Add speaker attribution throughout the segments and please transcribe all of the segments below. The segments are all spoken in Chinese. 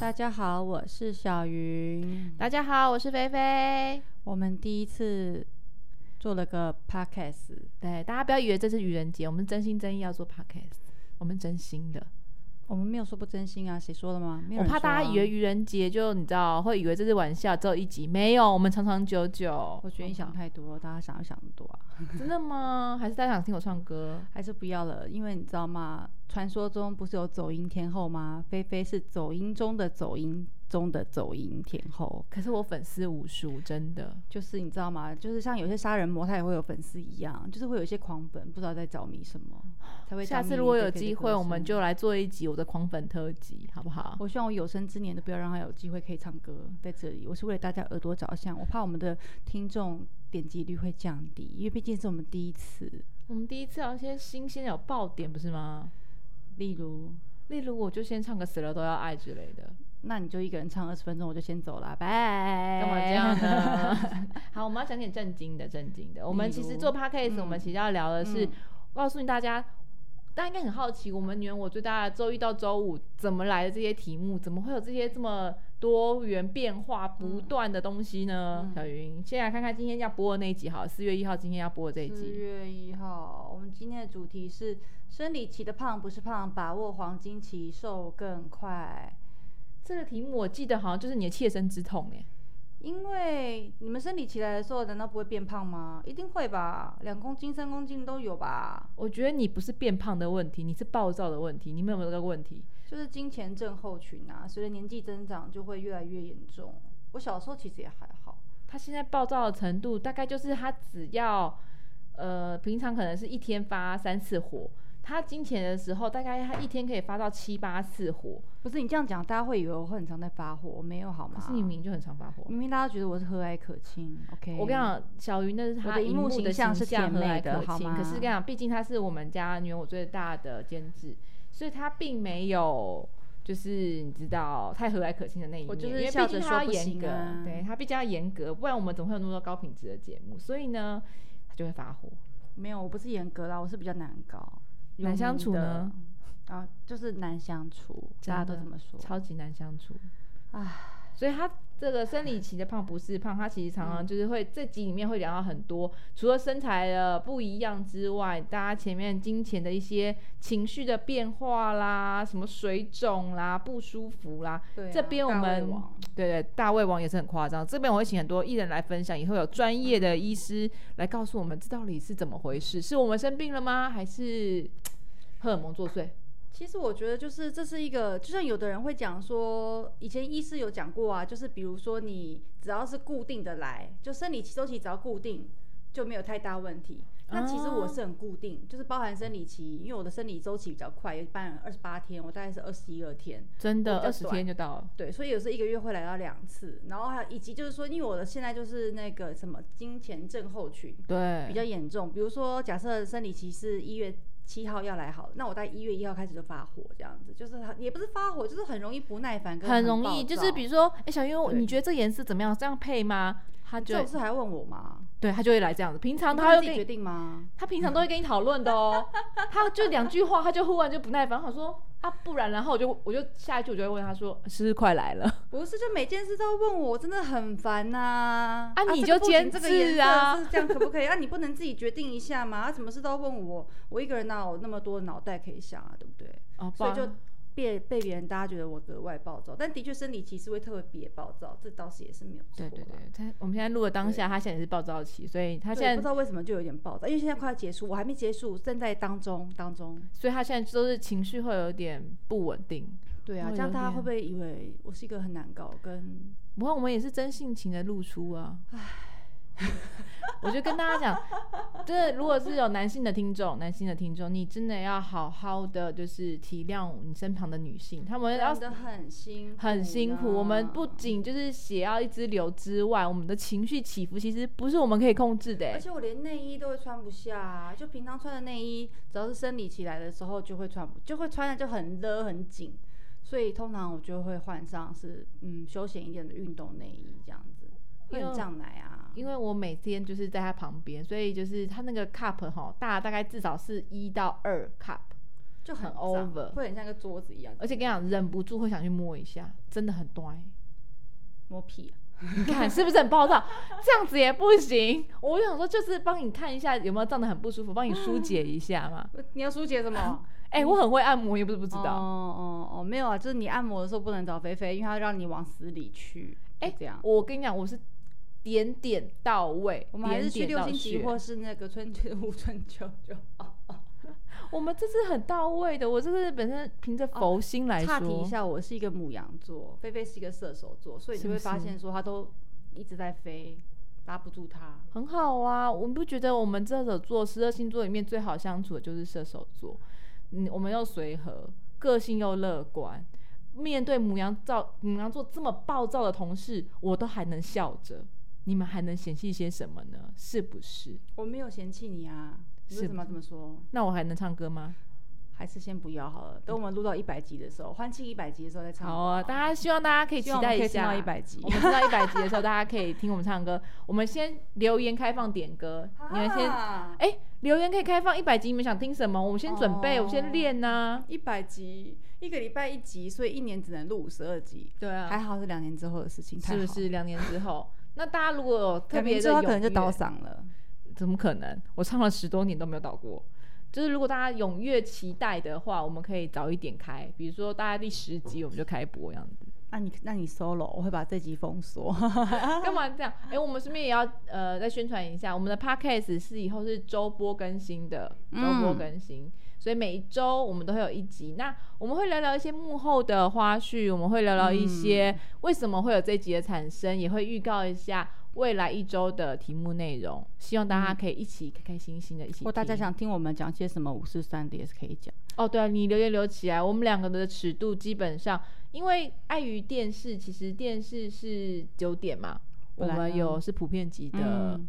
Speaker 1: 大家好，我是小云。
Speaker 2: 大家好，我是菲菲。
Speaker 1: 我们第一次做了个 podcast，
Speaker 2: 对，大家不要以为这是愚人节，我们真心真意要做 podcast，我们真心的。
Speaker 1: 我们没有说不真心啊，谁说的吗？没有
Speaker 2: 我
Speaker 1: 人
Speaker 2: 怕大家
Speaker 1: 说啊
Speaker 2: 以为，愚人节就你知道会以为这是玩笑，只有一集，没有，我们长长久久。
Speaker 1: 我觉得你想
Speaker 2: 好
Speaker 1: 太多，大家想要想得多啊，
Speaker 2: 不好真的吗？还是大家想听我唱歌？
Speaker 1: 还是不要了，因为你知道吗？传说中不是有走音天后吗？菲菲是走音中的走音中的走音天后，
Speaker 2: 可是我粉丝无数，真的。
Speaker 1: 就是你知道吗？就是像有些杀人魔，他也会有粉丝一样，就是会有一些狂粉，不知道在着迷什么，才会着迷
Speaker 2: 下次如果有
Speaker 1: 菲菲的
Speaker 2: 机
Speaker 1: 歌
Speaker 2: 会，我
Speaker 1: 声
Speaker 2: 们就来做一集我的狂粉特辑，好不好？
Speaker 1: 我希望我有生之年都不要让他有机会可以唱歌在这里。我是为了大家耳朵着想，我怕我们的听众点击率会降低，因为毕竟是我们第一次。
Speaker 2: 我们第一次有一些新鲜的有爆点，不是吗？
Speaker 1: 例如，
Speaker 2: 例如，我就先唱个死了都要爱之类的。
Speaker 1: 那你就一个人唱二十分钟，我就先走了，拜。
Speaker 2: 干嘛这样？ 呢？哎好，我们要讲点正经的，正经的。我们其实做 podcast，、
Speaker 1: 嗯
Speaker 2: 我们其实要聊的是，
Speaker 1: 嗯
Speaker 2: 告诉你大家，大家应该很好奇，我们女人我最大的周一到周五怎么来的这些题目，怎么会有这些这么多元变化不断的东西呢？
Speaker 1: 嗯
Speaker 2: 小云，先来看看今天要播的那一集，好了，四月一号今天要播的这一
Speaker 1: 四
Speaker 2: 集，
Speaker 1: 月一号，我们今天的主题是生理期的胖不是胖，把握黄金期瘦更快。
Speaker 2: 这个题目我记得好像就是你的切身之痛哎、
Speaker 1: 因为你们生理期来的时候，难道不会变胖吗？一定会吧，两公斤、三公斤都有吧。
Speaker 2: 我觉得你不是变胖的问题，你是暴躁的问题，你们有没有这个问题？
Speaker 1: 就是金钱症候群啊，随着年纪增长就会越来越严重。我小时候其实也还好，
Speaker 2: 他现在暴躁的程度，大概就是他只要呃平常可能是一天发三次火，他金钱的时候，大概他一天可以发到七八次火，
Speaker 1: 不是你这样讲，大家会以为我会很常在发火，我没有好吗？
Speaker 2: 可是你明明就很常发火。
Speaker 1: 明明大家觉得我是和蔼可亲，OK？
Speaker 2: 我跟你，讲，小云那是
Speaker 1: 我
Speaker 2: 他
Speaker 1: 的荧幕
Speaker 2: 的
Speaker 1: 形象是甜
Speaker 2: 和
Speaker 1: 美
Speaker 2: 蔼
Speaker 1: 的
Speaker 2: 可
Speaker 1: 好
Speaker 2: 亲
Speaker 1: 吗
Speaker 2: 可是跟你讲，毕竟他是我们家女儿我最大的监制，所以他并没有。就是你知道太和蔼可亲的那一面，
Speaker 1: 我就是
Speaker 2: 因为毕
Speaker 1: 笑着
Speaker 2: 竟
Speaker 1: 说
Speaker 2: 他要
Speaker 1: 不
Speaker 2: 严
Speaker 1: 行
Speaker 2: 格，
Speaker 1: 啊
Speaker 2: 对他毕竟要严格，不然我们怎么会有那么多高品质的节目？所以呢，他就会发火。
Speaker 1: 没有，我不是严格啦，我是比较难搞，
Speaker 2: 难相处呢
Speaker 1: 有你的？啊，就是难相处，
Speaker 2: 真
Speaker 1: 大
Speaker 2: 的
Speaker 1: 家都这么说。
Speaker 2: 超级难相处。
Speaker 1: 唉，
Speaker 2: 所以他这个生理期的胖不是胖，他其实常常就是会、这集里面会聊到很多，除了身材的不一样之外，大家前面金钱的一些情绪的变化啦，什么水肿啦、不舒服啦，
Speaker 1: 对啊
Speaker 2: 这边我
Speaker 1: 大胃
Speaker 2: 们
Speaker 1: 王
Speaker 2: 对对大胃王也是很夸张。这边我会请很多艺人来分享，也会有专业的医师来告诉我们这到底是怎么回事，是我们生病了吗？还是荷尔蒙作祟？
Speaker 1: 其实我觉得就是这是一个，就像有的人会讲说，以前医师有讲过啊，就是比如说你只要是固定的来，就生理期周期只要固定就没有太大问题。那其实我是很固定，就是包含生理期，因为我的生理周期比较快，一般二十八天，我大概是二十一二天。
Speaker 2: 真的
Speaker 1: 我比较
Speaker 2: 二十天就到了。
Speaker 1: 对，所以有时候一个月会来到两次，然后还有以及就是说，因为我的现在就是那个什么金钱症候群，
Speaker 2: 对，
Speaker 1: 比较严重。比如说，假设生理期是一月七号要来好了，那我在一月一号开始就发火，这样子就是很也不是发火，就是很容易不耐烦跟
Speaker 2: 很
Speaker 1: 暴
Speaker 2: 容易，就是
Speaker 1: 躁
Speaker 2: 比如说，哎、小优，
Speaker 1: 对
Speaker 2: 你觉得这颜色怎么样？这样配吗？他
Speaker 1: 你
Speaker 2: 就
Speaker 1: 这种事还问我吗？
Speaker 2: 对他就会来这样子。平常
Speaker 1: 那
Speaker 2: 他
Speaker 1: 自
Speaker 2: 会
Speaker 1: 己
Speaker 2: 跟
Speaker 1: 决
Speaker 2: 你，
Speaker 1: 定吗？
Speaker 2: 他平常都会跟你讨论 的哦。他就两句话，他就忽然就不耐烦，我想说啊，不然，然后我就我就下一句我就会问他说，是不是快来了？
Speaker 1: 不是，就每件事都问我，我真的很烦呐、
Speaker 2: 啊你
Speaker 1: 这
Speaker 2: 就
Speaker 1: 个不行
Speaker 2: 监
Speaker 1: 这个
Speaker 2: 制
Speaker 1: 颜色
Speaker 2: 啊
Speaker 1: 是这样可不可以？啊，你不能自己决定一下吗？啊，什么事都问我，我一个人哪有那么多脑袋可以想啊，对不对？
Speaker 2: 哦，
Speaker 1: 所以
Speaker 2: 不
Speaker 1: 就
Speaker 2: 然
Speaker 1: 被被别人大家觉得我格外暴躁，但的确生理期是会特别暴躁，这倒是也是没有错
Speaker 2: 对
Speaker 1: 啦。
Speaker 2: 对对，他我们现在录的当下，他现在也是暴躁期，所以他
Speaker 1: 对，
Speaker 2: 现
Speaker 1: 不知
Speaker 2: 在，
Speaker 1: 道为什么就有点暴躁，因为现在快要结束，我还没结束，正在当中当中。
Speaker 2: 所以他现在都是情绪会有点不稳定。
Speaker 1: 对啊，
Speaker 2: 哦
Speaker 1: 这样
Speaker 2: 有
Speaker 1: 大家
Speaker 2: 点
Speaker 1: 会不会以为我是一个很难搞？跟
Speaker 2: 不过我们也是真性情的露出啊。 我就跟大家讲， 真的，如果是有男性的听众，男性的听众，你真的要好好的，就是体谅你身旁的女性，她们要
Speaker 1: 真的很辛苦，
Speaker 2: 很辛苦。我们不，仅就是血要一直流之外，我们的情绪起伏其实不是我们可以控制的
Speaker 1: 而
Speaker 2: 欸。
Speaker 1: 且我连内衣都会穿不下啊，就平常穿的内衣，只要是生理期来的时候就会穿不，就会穿的就很勒很紧，所以通常我就会换上是嗯休闲一点的运动内衣这样子，会很胀奶啊。
Speaker 2: 因为我每天就是在她旁边，所以就是她那个 cup 哈，大大概至少是一到二 cup，
Speaker 1: 就很
Speaker 2: 很
Speaker 1: 胀
Speaker 2: over
Speaker 1: 会很像一个桌子一样，
Speaker 2: 而且跟你讲，忍不住会想去摸一下，真的很端欸。
Speaker 1: 磨皮、啊。
Speaker 2: 你看是不是很暴躁？这样子也不行。我就想说，就是帮你看一下有没有胀得很不舒服，帮你疏解一下嘛。
Speaker 1: 你要疏解什么？
Speaker 2: 哎、我很会按摩，也不是不知道。
Speaker 1: 哦哦哦，没有啊，就是你按摩的时候不能找菲菲，因为她让你往死里去。就
Speaker 2: 哎
Speaker 1: 这样。
Speaker 2: 我跟你讲，我是点点到位，
Speaker 1: 我们还是去
Speaker 2: 点点
Speaker 1: 六星
Speaker 2: 到
Speaker 1: 级
Speaker 2: 穴
Speaker 1: 或是那个春秋五春秋 就好。
Speaker 2: 我们这是很到位的。我这是本身凭着佛心来说，
Speaker 1: 哦岔题一下，我是一个母羊座，菲菲是一个射手座，所以你
Speaker 2: 是不
Speaker 1: 会发
Speaker 2: 是
Speaker 1: 现说她都一直在飞，拉不住她。
Speaker 2: 很好啊。我们不觉得我们射手座十二星座里面最好相处的就是射手座。嗯，我们又随和，个性又乐观。面对母羊造母羊座这么暴躁的同事，我都还能笑着，你们还能嫌弃些什么呢？是不是？
Speaker 1: 我没有嫌弃你啊，你为
Speaker 2: 是
Speaker 1: 什么要这么说？
Speaker 2: 那我还能唱歌吗？
Speaker 1: 还是先不要好了，等我们录到一百集的时候，欢庆一百集的时候再唱
Speaker 2: 嗯好啊，大
Speaker 1: 大
Speaker 2: 家希望大家可以
Speaker 1: 嗯希
Speaker 2: 期
Speaker 1: 望我
Speaker 2: 待
Speaker 1: 们可
Speaker 2: 一
Speaker 1: 以听
Speaker 2: 下。
Speaker 1: 到一百集
Speaker 2: 我。们听到一百集的时候，大家可以听我们唱歌。我们先留言开放点歌，你们先
Speaker 1: 啊
Speaker 2: 哎、留言可以开放一百集，你们想听什么？我们先准备，
Speaker 1: 哦
Speaker 2: 我先练啊呐、
Speaker 1: 一百集，一个礼拜一集，所以一年只能录五十二集。
Speaker 2: 对
Speaker 1: 还
Speaker 2: 啊，
Speaker 1: 好是两年之后的事情，
Speaker 2: 是不是两年 之后？那大家如果有特
Speaker 1: 特别
Speaker 2: 别的
Speaker 1: 之
Speaker 2: 踊
Speaker 1: 后
Speaker 2: 跃，
Speaker 1: 可能就倒嗓了。
Speaker 2: 怎么可能？我唱了十多年都没有倒过。就是如果大家踊跃期待的话，我们可以早一点开，比如说大概第十集我们就开播这样子。
Speaker 1: 那你那你 solo，我会把这集封 锁。
Speaker 2: 干嘛这样？哎、我们顺便也要呃再宣传一下，我们的 podcast 是以后是周播更新的，周播
Speaker 1: 嗯
Speaker 2: 更新，所以每一周我们都会有一集。那我们会聊聊一些幕后的花絮，我们会聊聊一些为什么会有这一集的产生，也会预告一下未来一周的题目内容。希望大家可以一起开开心心的一起听。
Speaker 1: 或大家想听我们讲些什么五四三的也是可以讲。
Speaker 2: 哦，对、啊、你留言留起来，我们两个的尺度基本上，因为碍于电视，其实电视是九点嘛，我
Speaker 1: 本来
Speaker 2: 们
Speaker 1: 呢
Speaker 2: 有是普遍级的
Speaker 1: 嗯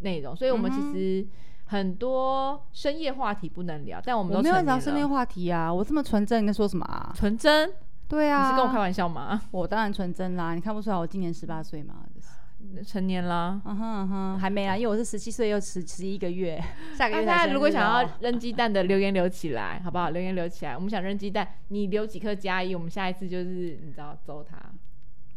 Speaker 2: 内容，所以我们其
Speaker 1: 嗯哼
Speaker 2: 实很多深夜话题不能聊，但我们
Speaker 1: 我
Speaker 2: 都
Speaker 1: 没有
Speaker 2: 成
Speaker 1: 讲
Speaker 2: 年
Speaker 1: 深夜
Speaker 2: 了
Speaker 1: 话题啊，我这么纯真，你在说什么啊？
Speaker 2: 纯真，你
Speaker 1: 对啊，
Speaker 2: 是跟我开玩笑吗？
Speaker 1: 我当然纯真啦，你看不出来我今年十八岁吗？
Speaker 2: 成年 啦。
Speaker 1: 嗯哼嗯哼，还没啦，因为我是十七岁又十十一个 月，下个
Speaker 2: 啊大
Speaker 1: 月才
Speaker 2: 家
Speaker 1: 生
Speaker 2: 如果
Speaker 1: 日
Speaker 2: 想要
Speaker 1: 哦
Speaker 2: 扔鸡蛋的，留言 留起来，好不好？留言留起来，我们想扔鸡蛋，你留几颗加一，我们下一次就是你知道揍他，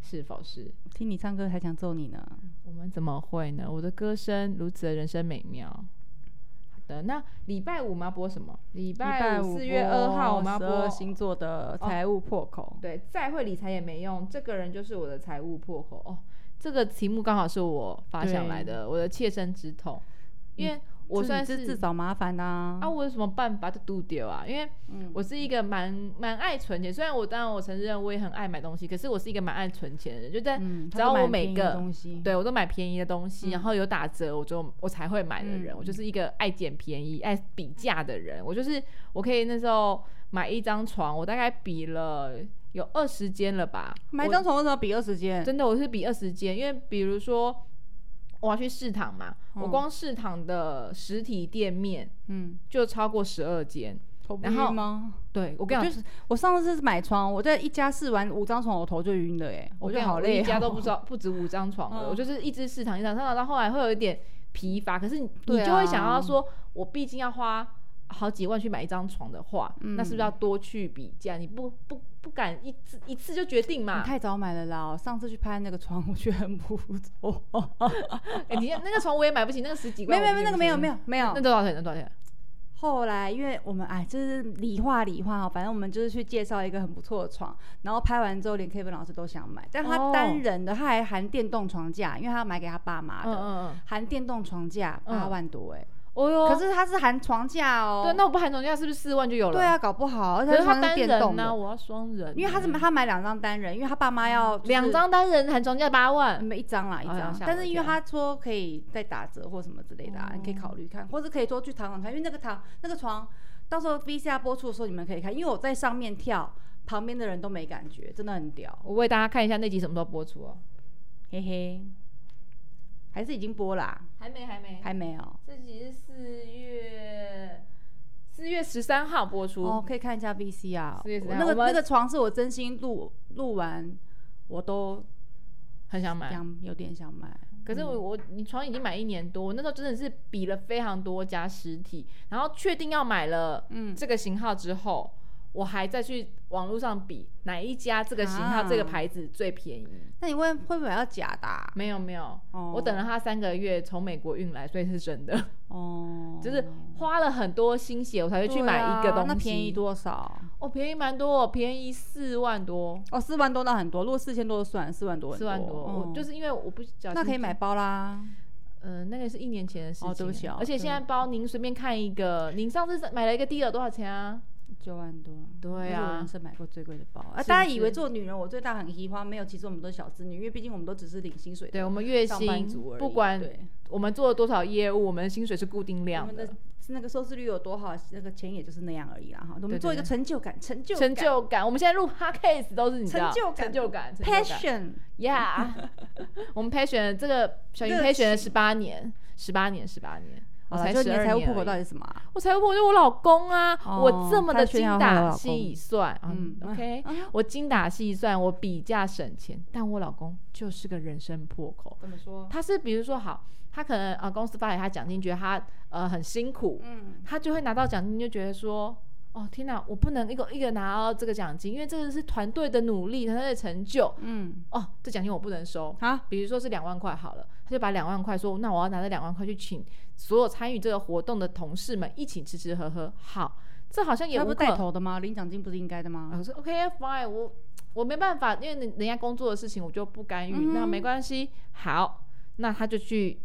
Speaker 2: 是否是？
Speaker 1: 听你唱歌还想揍你呢，
Speaker 2: 我们怎么会呢？我的歌声如此的人生美妙。好的，那礼拜五我们要播什么？礼拜四月二号我们要
Speaker 1: 十二
Speaker 2: 播哦
Speaker 1: 星座的财务破口，
Speaker 2: 对，再会理财也没用，这个人就是我的财务破口哦。这个题目刚好是我发想来的，我的切身之痛，因为我
Speaker 1: 自己
Speaker 2: 算
Speaker 1: 自
Speaker 2: 是
Speaker 1: 自找麻烦呐
Speaker 2: 啊，。我有什么办法就丢丢啊？因为
Speaker 1: 嗯
Speaker 2: 我是一个蛮蛮爱存钱，虽然我当然我承认我也很爱买东西，可是我是一个蛮爱存钱的人，就在
Speaker 1: 嗯，
Speaker 2: 只
Speaker 1: 他
Speaker 2: 要
Speaker 1: 都买
Speaker 2: 我每
Speaker 1: 便宜的
Speaker 2: 个
Speaker 1: 东西，
Speaker 2: 对我都买便宜的东
Speaker 1: 嗯
Speaker 2: 西，然后有打折，我就我才会买的人。
Speaker 1: 嗯
Speaker 2: 我就是一个爱捡便宜、爱比价的人。我就是我可以那时候买一张床，我大概比了有二十间了吧，
Speaker 1: 买一
Speaker 2: 我
Speaker 1: 张床为什么比二十间？
Speaker 2: 真的我是比二十间，因为比如说我要去市场嘛，我
Speaker 1: 嗯
Speaker 2: 光市场的实体店面
Speaker 1: 嗯，
Speaker 2: 就超过十二间。
Speaker 1: 头不
Speaker 2: 然
Speaker 1: 晕
Speaker 2: 后
Speaker 1: 吗？
Speaker 2: 对我
Speaker 1: 我
Speaker 2: 跟你
Speaker 1: 就
Speaker 2: 讲。
Speaker 1: 是我上次是买床，我在一家试完五张床，我头就晕了哎，
Speaker 2: 我
Speaker 1: 觉得
Speaker 2: 跟你讲
Speaker 1: 好累哦，
Speaker 2: 我一家都不知道不止五张床了，
Speaker 1: 嗯
Speaker 2: 我就是一直市场一张，上到后来会有一点疲乏，可是你你
Speaker 1: 对啊
Speaker 2: 就会想要说，我毕竟要花好几万去买一张床的话，那
Speaker 1: 嗯
Speaker 2: 是不是要多去比价？你不不不敢一次一次就决定嘛
Speaker 1: 你？太早买了啦！我上次去拍那个床，我觉得很不错。
Speaker 2: 哎你那个床我也买不起，那个十几
Speaker 1: 没
Speaker 2: 万
Speaker 1: 有没
Speaker 2: 我
Speaker 1: 有
Speaker 2: 不
Speaker 1: 没
Speaker 2: 行
Speaker 1: 有那个没有没，有啊没有
Speaker 2: 那。多少钱？那多少钱？
Speaker 1: 后来因为我们哎，就是理化理化哦，反正我们就是去介绍一个很不错的床，然后拍完之后连 Kevin 老师都想买，但
Speaker 2: 哦
Speaker 1: 他单人的，他还含电动床架，因为他要买给他爸妈
Speaker 2: 嗯
Speaker 1: 的，
Speaker 2: 嗯嗯，
Speaker 1: 含电动床架
Speaker 2: 嗯
Speaker 1: 八万多哎，
Speaker 2: 哦哦哟，
Speaker 1: 可是它是含床架哦。
Speaker 2: 对，那我不含总价是不是四万就有了？
Speaker 1: 对，啊，搞不好，而
Speaker 2: 可
Speaker 1: 且
Speaker 2: 是
Speaker 1: 它
Speaker 2: 他
Speaker 1: 是
Speaker 2: 单
Speaker 1: 电
Speaker 2: 人
Speaker 1: 动
Speaker 2: 呢、
Speaker 1: 的，
Speaker 2: 我要双人，
Speaker 1: 因为他是他买两张单人，因为他爸妈要就是
Speaker 2: 两张单人含总价八万，
Speaker 1: 没一张啦，一
Speaker 2: 哎呀
Speaker 1: 张
Speaker 2: 吓。
Speaker 1: 但
Speaker 2: 我
Speaker 1: 是
Speaker 2: 一
Speaker 1: 因为
Speaker 2: 跳
Speaker 1: 他说可以再打折或什么之类
Speaker 2: 哦
Speaker 1: 的、啊，你可以考虑看，或者可以多去躺躺看，因为那个躺那个床，到时候 VCR 播出的时候你们可以看，因为我在上面跳，旁边的人都没感觉，真的很屌，
Speaker 2: 我为大家看一下那集什么时候播出哦、
Speaker 1: 嘿嘿。还是已经播啦、
Speaker 2: 还没，还没，
Speaker 1: 还没有
Speaker 2: 这集是四月四月十三号播出。
Speaker 1: 哦，可以看一下 VCR
Speaker 2: 4月。
Speaker 1: 我
Speaker 2: 13
Speaker 1: 那个
Speaker 2: 我们
Speaker 1: 那个床是我真心录录完，我都
Speaker 2: 很想买，
Speaker 1: 想有点想买。
Speaker 2: 可是
Speaker 1: 嗯
Speaker 2: 我我你床已经买一年多，我那时候真的是比了非常多家实体，然后确定要买了
Speaker 1: 嗯
Speaker 2: 这个型号之后，我还再去网络上比哪一家这个型号、
Speaker 1: 啊
Speaker 2: 这个牌子最便宜。
Speaker 1: 那你问会不会要假的啊、
Speaker 2: 没有没有，
Speaker 1: 哦
Speaker 2: 我等了它三个月从美国运来，所以是真的，
Speaker 1: 哦，
Speaker 2: 就是花了很多心血我才会去
Speaker 1: 对
Speaker 2: 买一
Speaker 1: 啊
Speaker 2: 个东西。
Speaker 1: 那便宜？多少？
Speaker 2: 哦，便宜蛮多、哦，便宜四万多，
Speaker 1: 哦，四万多那很多，如果四千多就算了，四万多很
Speaker 2: 四万多。
Speaker 1: 嗯
Speaker 2: 我就是因为我不小
Speaker 1: 那
Speaker 2: 心
Speaker 1: 可以买包啦。
Speaker 2: 呃，那个是一年前的事情了、啊
Speaker 1: 哦对不起哦
Speaker 2: 而且现在包您随便看一个，您上次买了一个低的多少钱啊？
Speaker 1: 九万多，
Speaker 2: 对
Speaker 1: 那是我
Speaker 2: 啊
Speaker 1: 人，生买过最贵的包啊！
Speaker 2: 是
Speaker 1: 大家
Speaker 2: 不
Speaker 1: 以为
Speaker 2: 是
Speaker 1: 做女人我最大很喜欢，没有，其实我们都是小资女，因为毕竟我们都只是领薪水的
Speaker 2: 对我们月
Speaker 1: 上班
Speaker 2: 薪
Speaker 1: 族而已。
Speaker 2: 不管
Speaker 1: 对，
Speaker 2: 我们做了多少业务，我们的薪水是固定
Speaker 1: 我
Speaker 2: 量
Speaker 1: 们
Speaker 2: 的
Speaker 1: 的，那个收视率有多好，那个钱也就是那样而已啦哈。我
Speaker 2: 对
Speaker 1: 们做一
Speaker 2: 对
Speaker 1: 个成就感，成就
Speaker 2: 成
Speaker 1: 感
Speaker 2: 就感。我们现在录 podcast 都是你知道
Speaker 1: 成就感
Speaker 2: 成就感、成就感
Speaker 1: passion，
Speaker 2: Yeah，我们 passion 这个小云
Speaker 1: 热
Speaker 2: passion 了十八年，十八年，十八年，我
Speaker 1: 好啦
Speaker 2: 才
Speaker 1: 就
Speaker 2: 十
Speaker 1: 你的
Speaker 2: 二年
Speaker 1: 财
Speaker 2: 而
Speaker 1: 务
Speaker 2: 已。
Speaker 1: 破口到底是什么啊？
Speaker 2: 我财务破口就我老公啊，
Speaker 1: 哦
Speaker 2: 我这么的
Speaker 1: 他炫
Speaker 2: 精
Speaker 1: 耀他的
Speaker 2: 打
Speaker 1: 老公
Speaker 2: 细算啊、嗯
Speaker 1: 嗯
Speaker 2: OK，我精打细算，我比价省钱，但我老公就是个人生破口。
Speaker 1: 怎么说？
Speaker 2: 他是比如说好，他可能呃公司发给他奖金，觉得他呃很辛苦，
Speaker 1: 嗯，
Speaker 2: 他就会拿到奖金就觉得说，哦天哪，我不能一个一个拿到这个奖金，因为这个是团队的努力，团队的成就，
Speaker 1: 嗯，
Speaker 2: 哦这奖金我不能收。
Speaker 1: 好，
Speaker 2: 比如说是两万块好了，他就把两万块说，那我要拿这两万块去请所有参与这个活动的同事们一起吃吃喝喝。好，这好像也
Speaker 1: 他不
Speaker 2: 无
Speaker 1: 是
Speaker 2: 可
Speaker 1: 带。头的吗？领奖金不是应该的
Speaker 2: 啊
Speaker 1: 吗？
Speaker 2: 我说 OK fine，我我没办法，因为人人家工作的事情我就不干预，
Speaker 1: 嗯
Speaker 2: 那没关系。好，那他就去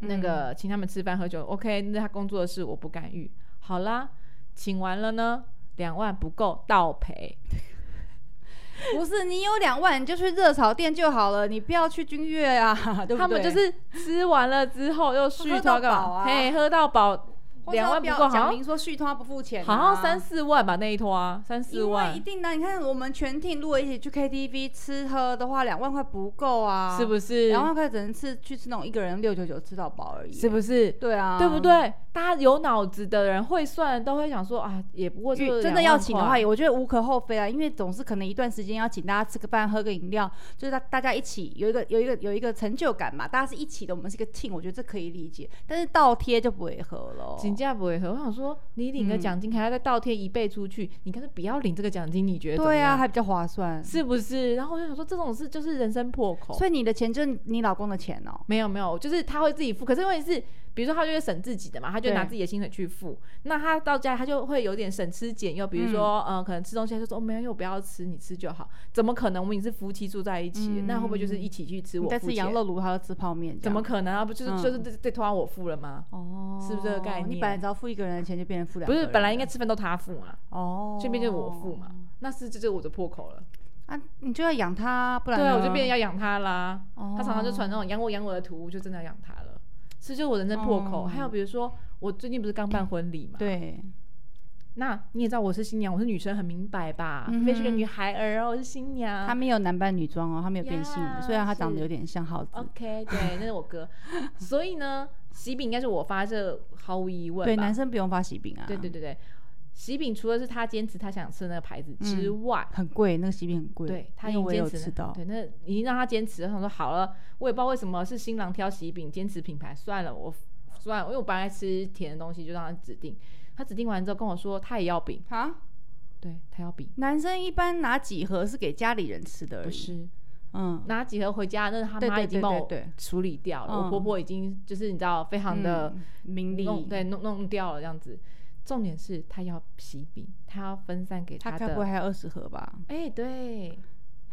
Speaker 1: 嗯
Speaker 2: 那个请他们吃饭喝酒。OK，那他工作的事我不干预。好啦，请完了呢，两万不够倒赔。
Speaker 1: 不是，你有两万你就去热炒店就好了，你不要去君悦啊， 对不对？
Speaker 2: 他们就是吃完了之后又续
Speaker 1: 喝
Speaker 2: 托
Speaker 1: 到
Speaker 2: 干
Speaker 1: 饱
Speaker 2: 嘛？
Speaker 1: 啊
Speaker 2: 嘿，喝到饱，
Speaker 1: 或者
Speaker 2: 两
Speaker 1: 要
Speaker 2: 万
Speaker 1: 不
Speaker 2: 不
Speaker 1: 要
Speaker 2: 够，好
Speaker 1: 讲
Speaker 2: 像
Speaker 1: 明说续托他不付钱、啊，
Speaker 2: 好像三四万吧那一托啊，三四
Speaker 1: 因为
Speaker 2: 万
Speaker 1: 一，定的啊。你看我们全 team 如果一起去 KTV 吃喝的话，两万块不够啊，
Speaker 2: 是不
Speaker 1: 是？
Speaker 2: 是？
Speaker 1: 两万块只能吃去吃那种一个人六九九吃到饱而已，
Speaker 2: 是不是？
Speaker 1: 对啊，
Speaker 2: 对不？对？大家有脑子的人会算，都会想说啊，也不过就
Speaker 1: 真的要请的话，
Speaker 2: 有
Speaker 1: 也我觉得无可厚非啊，因为总是可能一段时间要请大家吃个饭、喝个饮料，就是大大家一起有一个有一个有一个成就感嘛，大家是一起的，我们是一个 team，我觉得这可以理解。但是倒贴就不违和了，
Speaker 2: 请假不会合。我想说，你领个
Speaker 1: 嗯
Speaker 2: 奖金，还要再倒贴一倍出去，你干脆不要领这个奖金，你觉得怎么
Speaker 1: 对啊，
Speaker 2: 样
Speaker 1: 还比较划算。
Speaker 2: 是哦不是？然后我就想说，这种事就是人生破口。
Speaker 1: 所以你的钱就是你老公的钱哦、
Speaker 2: 没有没有，就是他会自己付，可是问题是，比如说他就会省自己的嘛，他就
Speaker 1: 对
Speaker 2: 拿自己的薪水去付。那他到家他就会有点省吃俭用，比如说、呃，可能吃东西他就说哦没有，我不要吃，你吃就好。怎么可能？我们也是夫妻住在一起，那会不会就是一起去吃
Speaker 1: 你
Speaker 2: 我
Speaker 1: 在
Speaker 2: 付
Speaker 1: 吃
Speaker 2: 钱
Speaker 1: 羊？肉炉，他要吃泡面，
Speaker 2: 怎么？可能啊？不就是、
Speaker 1: 嗯
Speaker 2: 就是这这拖我付了吗？
Speaker 1: 哦，
Speaker 2: 是不是这个概念
Speaker 1: 你本来只要付一个人的钱，就变成付两
Speaker 2: 不
Speaker 1: 个人
Speaker 2: 是，
Speaker 1: 了，
Speaker 2: 本来应该吃饭都他付嘛，
Speaker 1: 哦，
Speaker 2: 这边就是我付嘛，那是这就是我的破口了。
Speaker 1: 啊，你就要养他，不然
Speaker 2: 对啊，
Speaker 1: 呢
Speaker 2: 我就变成要养他啦。
Speaker 1: 哦
Speaker 2: 他常常就传那种养我养我的图，就真的要养他了。是就是我人生破口。
Speaker 1: 哦
Speaker 2: 还有比如说，我最近不是刚办婚礼嘛？。
Speaker 1: 对，
Speaker 2: 那你也知道我是新娘，我是女生，很明白吧？
Speaker 1: 嗯
Speaker 2: 除
Speaker 1: 哼
Speaker 2: 非是个女孩儿哦，我是新娘。
Speaker 1: 他没有男扮女装哦，他没有变性
Speaker 2: 呀
Speaker 1: 的，虽然他长
Speaker 2: 是哦
Speaker 1: 得有点像耗子，
Speaker 2: OK，对，那是 我哥。所以呢，喜饼应该是我发，这毫无疑问吧。
Speaker 1: 对，男生不用发喜饼啊，
Speaker 2: 对对，对对，喜饼除了是他坚持他想吃的那个牌子之外，
Speaker 1: 很贵，那个喜饼很贵，
Speaker 2: 对他已
Speaker 1: 嗯因为我
Speaker 2: 经
Speaker 1: 也
Speaker 2: 坚
Speaker 1: 有吃
Speaker 2: 持了
Speaker 1: 到，
Speaker 2: 对，那已经让他坚持了。他说好了，我也不知道为什么是新郎挑喜饼，坚持品牌算了，我算了，因为我本来吃甜的东西，就让他指定。他指定完之后跟我说他也要饼，
Speaker 1: 啊，
Speaker 2: 对他要饼，
Speaker 1: 男生一般拿几盒是给家里人吃的而
Speaker 2: 不
Speaker 1: 已，
Speaker 2: 是
Speaker 1: 嗯，
Speaker 2: 拿几盒回家，那他
Speaker 1: 对
Speaker 2: 妈
Speaker 1: 对
Speaker 2: 已经
Speaker 1: 对
Speaker 2: 帮
Speaker 1: 对
Speaker 2: 我
Speaker 1: 对
Speaker 2: 处理掉了，我
Speaker 1: 嗯
Speaker 2: 婆婆已经就是你知道非常的
Speaker 1: 嗯名利，
Speaker 2: 弄、对弄弄掉了这样子。重点是他要喜饼，他要分散给
Speaker 1: 他该不会
Speaker 2: 的。
Speaker 1: 还有二十盒吧？
Speaker 2: 哎、对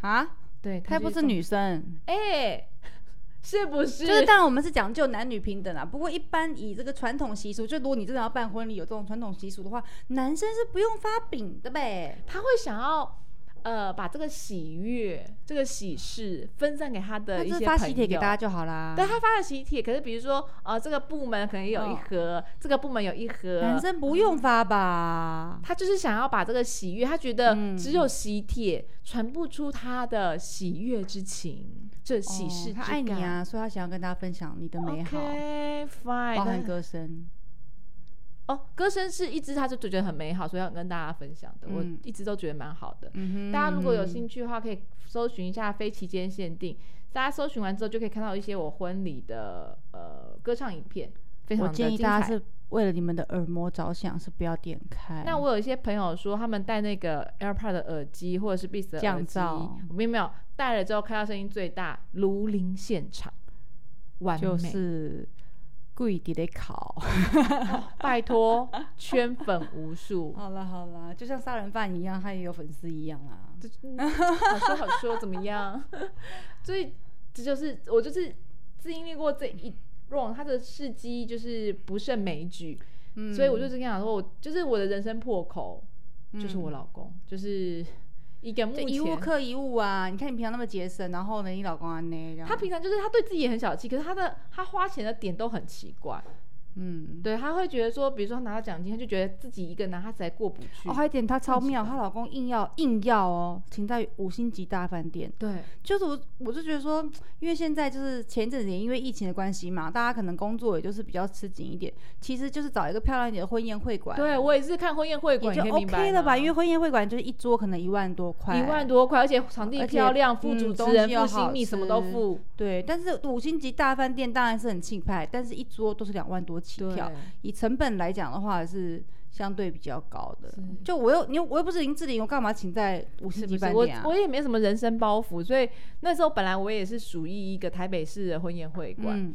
Speaker 1: 啊，
Speaker 2: 对，
Speaker 1: 他又不
Speaker 2: 就是
Speaker 1: 女生，
Speaker 2: 哎、 是不是？
Speaker 1: 就是当然我们是讲究男女平等啊，不过一般以这个传统习俗，就如果你真的要办婚礼，有这种传统习俗的话，男生是不用发饼的呗。
Speaker 2: 他会想要呃把这个喜悦、这个喜事分散给他
Speaker 1: 那
Speaker 2: 的一
Speaker 1: 就
Speaker 2: 些
Speaker 1: 是发喜帖给
Speaker 2: 朋友
Speaker 1: 大家就啊好啦。
Speaker 2: 对他发了喜帖，可是比如说，呃，这个部门可能有一
Speaker 1: 哦
Speaker 2: 盒，这个部门有一盒，
Speaker 1: 男生不用发吧？
Speaker 2: 他就是想要把这个喜悦，他觉得
Speaker 1: 嗯
Speaker 2: 只有喜帖传不出他的喜悦之情，这喜事
Speaker 1: 哦
Speaker 2: 之
Speaker 1: 他
Speaker 2: 感。
Speaker 1: 爱你啊，所以他想要跟大家分享你的美好，
Speaker 2: OK fine，
Speaker 1: 包含
Speaker 2: 那
Speaker 1: 歌声。
Speaker 2: 哦，歌声是一直他就觉得很美好，所以要跟大家分享的。
Speaker 1: 嗯
Speaker 2: 我一直都觉得蛮好的。
Speaker 1: 嗯哼，
Speaker 2: 大家如果有兴
Speaker 1: 趣，
Speaker 2: 趣的话，可以搜寻一下非期间限定。大家搜寻完之后，就可以看到一些我婚礼的呃歌唱影片，非常
Speaker 1: 我
Speaker 2: 的
Speaker 1: 建
Speaker 2: 精
Speaker 1: 议大
Speaker 2: 彩
Speaker 1: 家。是为了你们的耳膜着想，是不要点开。
Speaker 2: 那我有一些朋友说，他们戴那个 AirPod 的耳机或者是 Beats 的
Speaker 1: 降
Speaker 2: 耳机
Speaker 1: 噪，
Speaker 2: 我并没有戴了之后开到声音最大，如临现场，完美。
Speaker 1: 就是故意地得考。
Speaker 2: 拜托，圈粉无 数。
Speaker 1: 好了好了，就像杀人犯一样，他也有粉丝一样啊啦。
Speaker 2: 这好说好说，怎么样？所以这就是我就是自经历过这一 round，他的事迹就是不胜枚举，
Speaker 1: 嗯
Speaker 2: 所以我就是跟他讲说，我就是我的人生破口，就是
Speaker 1: 嗯
Speaker 2: 我老公，就是一个目
Speaker 1: 就
Speaker 2: 前
Speaker 1: 一物克一物啊！你看你平常那么节省，然后呢，你老公安呢？这样
Speaker 2: 他平常就是他对自己也很小气，可是他的他花钱的点都很奇怪，
Speaker 1: 嗯，
Speaker 2: 对他会觉得说，比如说他拿到奖金，他就觉得自己一个人拿他实在过不去。
Speaker 1: 哦，还有一点他超妙，
Speaker 2: 很
Speaker 1: 她
Speaker 2: 奇怪
Speaker 1: 老公硬要硬要哦，停在五星级大饭店。
Speaker 2: 对，
Speaker 1: 就是我我就觉得说，因为现在就是前一阵子也因为疫情的关系嘛，大家可能工作也就是比较吃紧一点，其实就是找一个漂亮一点的婚宴会馆，
Speaker 2: 对我也是看婚宴会
Speaker 1: 也
Speaker 2: 馆，
Speaker 1: 就
Speaker 2: 你可以明白
Speaker 1: OK 了吧？
Speaker 2: 吗
Speaker 1: 因为婚宴会馆就是一桌可能一万多块，
Speaker 2: 一万多块，而且场地
Speaker 1: 而且
Speaker 2: 漂亮，付
Speaker 1: 嗯
Speaker 2: 主持
Speaker 1: 东
Speaker 2: 人、
Speaker 1: 西
Speaker 2: 付
Speaker 1: 又
Speaker 2: 新
Speaker 1: 好
Speaker 2: 密，什么都
Speaker 1: 吃
Speaker 2: 付。
Speaker 1: 对，但是五星级大饭店当然是很气派，但是一桌都是两万多起
Speaker 2: 对
Speaker 1: 跳，以成本来讲的话是相对比较高的
Speaker 2: 是。
Speaker 1: 就我又你又我又不是林志玲，我干嘛请在五星
Speaker 2: 是
Speaker 1: 级
Speaker 2: 不是？
Speaker 1: 饭
Speaker 2: 我
Speaker 1: 店啊？
Speaker 2: 我也没什么人生包袱，所以那时候本来我也是属于一个台北市的婚宴会馆，
Speaker 1: 嗯，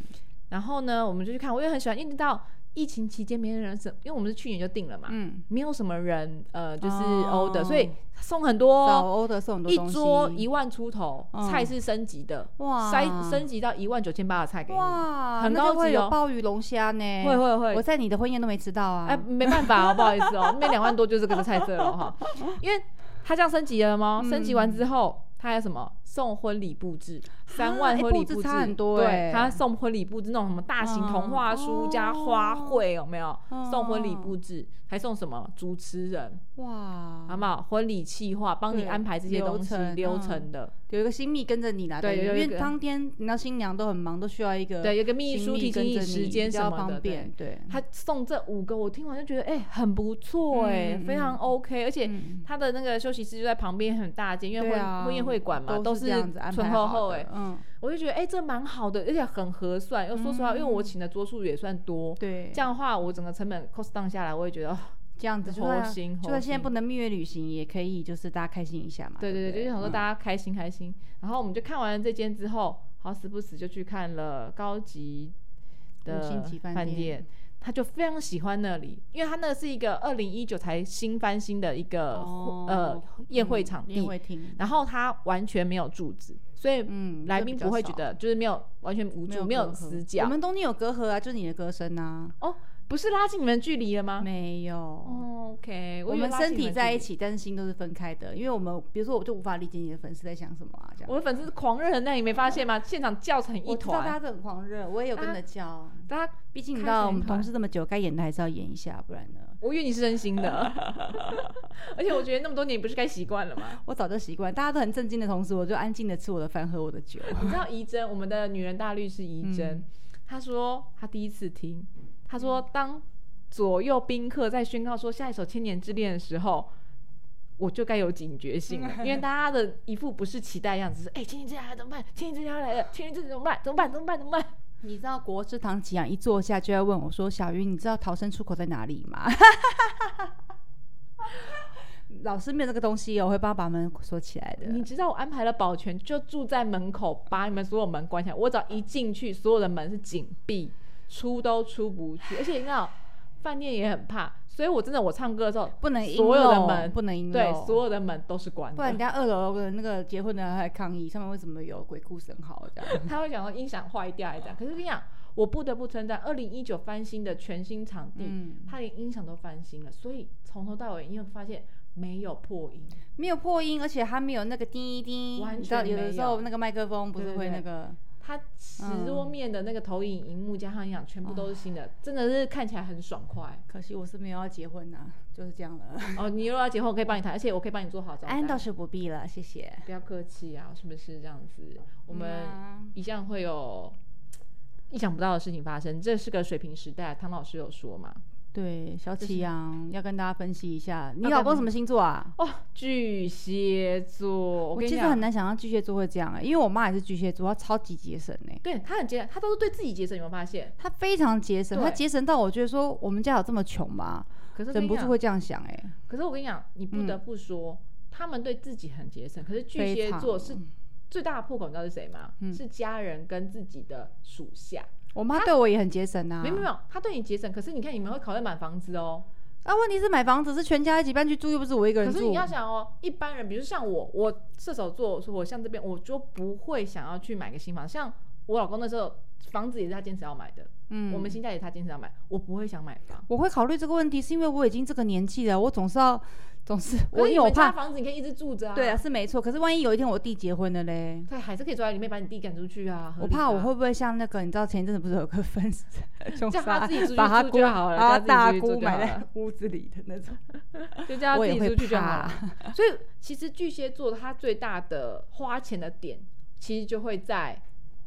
Speaker 2: 然后呢，我们就去看，我也很喜欢，一直到疫情期间没人什，因为我们是去年就定了嘛，
Speaker 1: 嗯，
Speaker 2: 没有什么人呃就是
Speaker 1: 哦
Speaker 2: 欧的，所以送很多，
Speaker 1: 早欧的送很多
Speaker 2: 啊一
Speaker 1: 东西，
Speaker 2: 桌一万出头，
Speaker 1: 嗯
Speaker 2: 菜是升级的，
Speaker 1: 哇
Speaker 2: 塞升级到一万九千八的菜给你，
Speaker 1: 哇，
Speaker 2: 很
Speaker 1: 那
Speaker 2: 高
Speaker 1: 就会
Speaker 2: 级哦
Speaker 1: 有鲍鱼龙虾呢，
Speaker 2: 会会会
Speaker 1: 我，在你的婚宴都没吃到啊。
Speaker 2: 哎，没办法哦，不好意 思哦，那边两万多就是这个菜色了哈，因为它这样升级了吗？
Speaker 1: 嗯
Speaker 2: 升级完之后，它还有什么送婚礼布置，三万
Speaker 1: 哎
Speaker 2: 婚礼
Speaker 1: 布置
Speaker 2: 布置
Speaker 1: 差很多
Speaker 2: 对
Speaker 1: 哎，
Speaker 2: 它送婚礼布置那种什么大型童话书
Speaker 1: 嗯
Speaker 2: 加花卉有没有？
Speaker 1: 嗯
Speaker 2: 送婚礼布置，还送什么主持人，
Speaker 1: 哇，
Speaker 2: 好不好？婚礼企划帮你
Speaker 1: 对
Speaker 2: 安排这些
Speaker 1: 哦流
Speaker 2: 东西
Speaker 1: 程
Speaker 2: 流
Speaker 1: 嗯
Speaker 2: 程的，
Speaker 1: 有一个新密跟着你啦，
Speaker 2: 对
Speaker 1: 等于
Speaker 2: 有
Speaker 1: 因
Speaker 2: 一
Speaker 1: 为
Speaker 2: 个
Speaker 1: 当天你知道新娘都很忙，都需要一个
Speaker 2: 对，有一个秘
Speaker 1: 新
Speaker 2: 书提
Speaker 1: 密
Speaker 2: 醒
Speaker 1: 跟
Speaker 2: 你
Speaker 1: 着你
Speaker 2: 时间
Speaker 1: 比
Speaker 2: 什
Speaker 1: 较
Speaker 2: 么的，
Speaker 1: 方
Speaker 2: 对
Speaker 1: 便，对，
Speaker 2: 他送这五个，我听完就觉得哎、很不错哎、
Speaker 1: 嗯
Speaker 2: 非常 OK，而且
Speaker 1: 嗯
Speaker 2: 他的那个休息室就在旁边很大间，因为
Speaker 1: 对
Speaker 2: 婚、
Speaker 1: 啊
Speaker 2: 啊婚宴会馆嘛
Speaker 1: 都
Speaker 2: 是
Speaker 1: 这样子安
Speaker 2: 醇
Speaker 1: 排
Speaker 2: 厚
Speaker 1: 好
Speaker 2: 厚
Speaker 1: 的
Speaker 2: 哎、
Speaker 1: 嗯，
Speaker 2: 我就觉得哎、这蛮好的，而且很合算。又说实话，因为我请的桌数也算多，
Speaker 1: 对，
Speaker 2: 这样的话我整个成本 cost down 下来，我也觉得哦
Speaker 1: 这样子就
Speaker 2: 猴
Speaker 1: 算
Speaker 2: 心
Speaker 1: 就
Speaker 2: 猴
Speaker 1: 算现在
Speaker 2: 心
Speaker 1: 不能蜜月旅行，也可以就是大家开心一下嘛。
Speaker 2: 对
Speaker 1: 对
Speaker 2: 对
Speaker 1: 不
Speaker 2: 对，就是想说
Speaker 1: 嗯
Speaker 2: 大家开心开心。然后我们就看完了这间之后，好死不死就去看了高级的
Speaker 1: 五星级饭
Speaker 2: 饭
Speaker 1: 店
Speaker 2: 店，他就非常喜欢那里，因为他那是一个二零一九才新翻新的一个、
Speaker 1: 哦
Speaker 2: 呃宴会场
Speaker 1: 嗯宴
Speaker 2: 地，
Speaker 1: 会厅，
Speaker 2: 然后他完全没有柱子，所以
Speaker 1: 嗯
Speaker 2: 来
Speaker 1: 这
Speaker 2: 宾
Speaker 1: 比
Speaker 2: 不
Speaker 1: 较
Speaker 2: 会觉
Speaker 1: 少
Speaker 2: 得就是没有完全无助，没
Speaker 1: 隔
Speaker 2: 有
Speaker 1: 阂
Speaker 2: 死角。
Speaker 1: 我们中间有隔阂啊，就是你的歌声啊，
Speaker 2: 哦，不是拉近你们距离了吗？
Speaker 1: 没有。
Speaker 2: 哦，OK，
Speaker 1: 我
Speaker 2: 以为
Speaker 1: 们
Speaker 2: 拉
Speaker 1: 身
Speaker 2: 近你
Speaker 1: 体在
Speaker 2: 距
Speaker 1: 一
Speaker 2: 离，
Speaker 1: 起，但是心都是分开的。因为我们，比如说，我就无法理解你的粉丝在想什么啊，这样。
Speaker 2: 我的粉丝狂热很那你没发现吗？现场叫成一
Speaker 1: 我知道大
Speaker 2: 团，
Speaker 1: 家都很狂热，我也有跟着叫。
Speaker 2: 大
Speaker 1: 啊
Speaker 2: 家
Speaker 1: 毕竟你知
Speaker 2: 开成
Speaker 1: 道，
Speaker 2: 一
Speaker 1: 我们
Speaker 2: 团
Speaker 1: 同事这么久，该演的还是要演一下，不然呢，
Speaker 2: 我以为你是真心的，而且我觉得那么多年你不是该习惯了吗？
Speaker 1: 我早就习惯。大家都很震惊的同时，我就安静的吃我的饭，喝我的酒。
Speaker 2: 你知道怡珍，我们的女人大律师怡珍，
Speaker 1: 嗯
Speaker 2: 她说她第一次听，她说当左右宾客在宣告说下一首《千年之恋》的时候。我就该有警觉性了，因为大家的一副不是期待的样子，是哎，千年之恋来了怎么办？千年之恋要来了，千年之恋怎么办？怎么办？怎么办？怎么办？
Speaker 1: 你知道国之堂吉阳一坐下就要问我说：“小云，你知道逃生出口在哪里吗？” 老师没有这个东西哦，我会帮他把门锁起来的。
Speaker 2: 你知道我安排了保全，就住在门口，把你们所有门关起来。我只要一进去，所有的门是紧闭，出都出不去。而且你知道，饭店也很怕，所以我真的我唱歌的时候，
Speaker 1: 不能阴
Speaker 2: 所有的
Speaker 1: 漏
Speaker 2: 门
Speaker 1: 不能阴
Speaker 2: 对
Speaker 1: 漏
Speaker 2: 所有的门都是关
Speaker 1: 不然人
Speaker 2: 的。
Speaker 1: 家二楼的那个结婚的人还抗议，上面为什么有鬼哭神嚎这样？
Speaker 2: 他会讲说音响坏掉还这样，可是跟你讲，我不得不称赞，二零一九翻新的全新场地，
Speaker 1: 嗯，
Speaker 2: 他连音响都翻新了，所以从头到尾你会发现没有破音，
Speaker 1: 没有破音，而且他没有那个滴滴，
Speaker 2: 完
Speaker 1: 你知道
Speaker 2: 全
Speaker 1: 有
Speaker 2: 没
Speaker 1: 的时
Speaker 2: 有
Speaker 1: 候那个麦克风不
Speaker 2: 对
Speaker 1: 是
Speaker 2: 对
Speaker 1: 会
Speaker 2: 对
Speaker 1: 那个，
Speaker 2: 它石
Speaker 1: 嗯
Speaker 2: 桌面的那个投影荧幕加上音响全部都是新的，真的是看起来很爽快。
Speaker 1: 可惜我是没有要结婚呐、就是这样了。
Speaker 2: 哦，你如果要结婚，我可以帮你谈，而且我可以帮你做好招 待
Speaker 1: 安。倒是不必了，谢谢。
Speaker 2: 不要客气啊，是不是这样子？我们
Speaker 1: 嗯
Speaker 2: 一向会有意想不到的事情发生，这是个水平时代。唐老师有说嘛？
Speaker 1: 对小
Speaker 2: 是
Speaker 1: 启阳要跟大家分析一下，你
Speaker 2: 要
Speaker 1: 老
Speaker 2: 跟
Speaker 1: 公什么星座啊？
Speaker 2: 哦，巨蟹座，我
Speaker 1: 我
Speaker 2: 跟你
Speaker 1: 其实
Speaker 2: 讲
Speaker 1: 很，难想象巨蟹座会这样、欸，因为我妈也是巨蟹座，她超级节省呢、
Speaker 2: 对他很节，他都是对自己节省，有没有发现？
Speaker 1: 她非常节省，
Speaker 2: 对
Speaker 1: 她节省到我觉得说我们家有这么穷吗？
Speaker 2: 可是我跟
Speaker 1: 忍
Speaker 2: 你
Speaker 1: 不住
Speaker 2: 讲
Speaker 1: 会这样想哎、欸，
Speaker 2: 可是我跟你讲，你不得不说，他们对自己很节省。可是巨蟹座
Speaker 1: 非常
Speaker 2: 是最大的破口，你知道是谁吗？
Speaker 1: 嗯
Speaker 2: 是家人跟自己的属下。
Speaker 1: 我妈对我也很节省啊。
Speaker 2: 没有没有没有，他对你节省，可是你看你们会考虑买房子哦。
Speaker 1: 啊，问题是买房子是全家一起搬去住，又不是我一个
Speaker 2: 可
Speaker 1: 人住。
Speaker 2: 是你要想哦，一般人，比如像我，我射手座，我像这边我就不会想要去买个新房。像我老公那时候，房子也是他坚持要买的，
Speaker 1: 嗯
Speaker 2: 我们新家也是他坚持要买，我不会想买房。
Speaker 1: 我会考虑这个问题，是因为我已经这个年纪了，我总是要总是我
Speaker 2: 可是
Speaker 1: 因
Speaker 2: 你
Speaker 1: 为我
Speaker 2: 们家
Speaker 1: 怕，
Speaker 2: 房子你可以一直住着啊。
Speaker 1: 对啊，是没错。可是万一有一天我弟结婚 了嘞，
Speaker 2: 他还是可以坐在里面把你弟赶出去啊。合
Speaker 1: 我
Speaker 2: 理
Speaker 1: 怕
Speaker 2: 吧
Speaker 1: 我会不会像那个你知道前一阵子 不是有个分凶
Speaker 2: 叫他
Speaker 1: 杀
Speaker 2: 自己出去
Speaker 1: 把他
Speaker 2: 住
Speaker 1: 姑
Speaker 2: 就好了
Speaker 1: 把他
Speaker 2: 叫
Speaker 1: 大
Speaker 2: 他自己出去
Speaker 1: 姑
Speaker 2: 住就
Speaker 1: 埋
Speaker 2: 好
Speaker 1: 在
Speaker 2: 了
Speaker 1: 屋子里的那种，
Speaker 2: 就叫他
Speaker 1: 我
Speaker 2: 自
Speaker 1: 也
Speaker 2: 己
Speaker 1: 会
Speaker 2: 出去就好
Speaker 1: 怕啊
Speaker 2: 了。所以其实巨蟹座他最大的花钱的点，其实就会在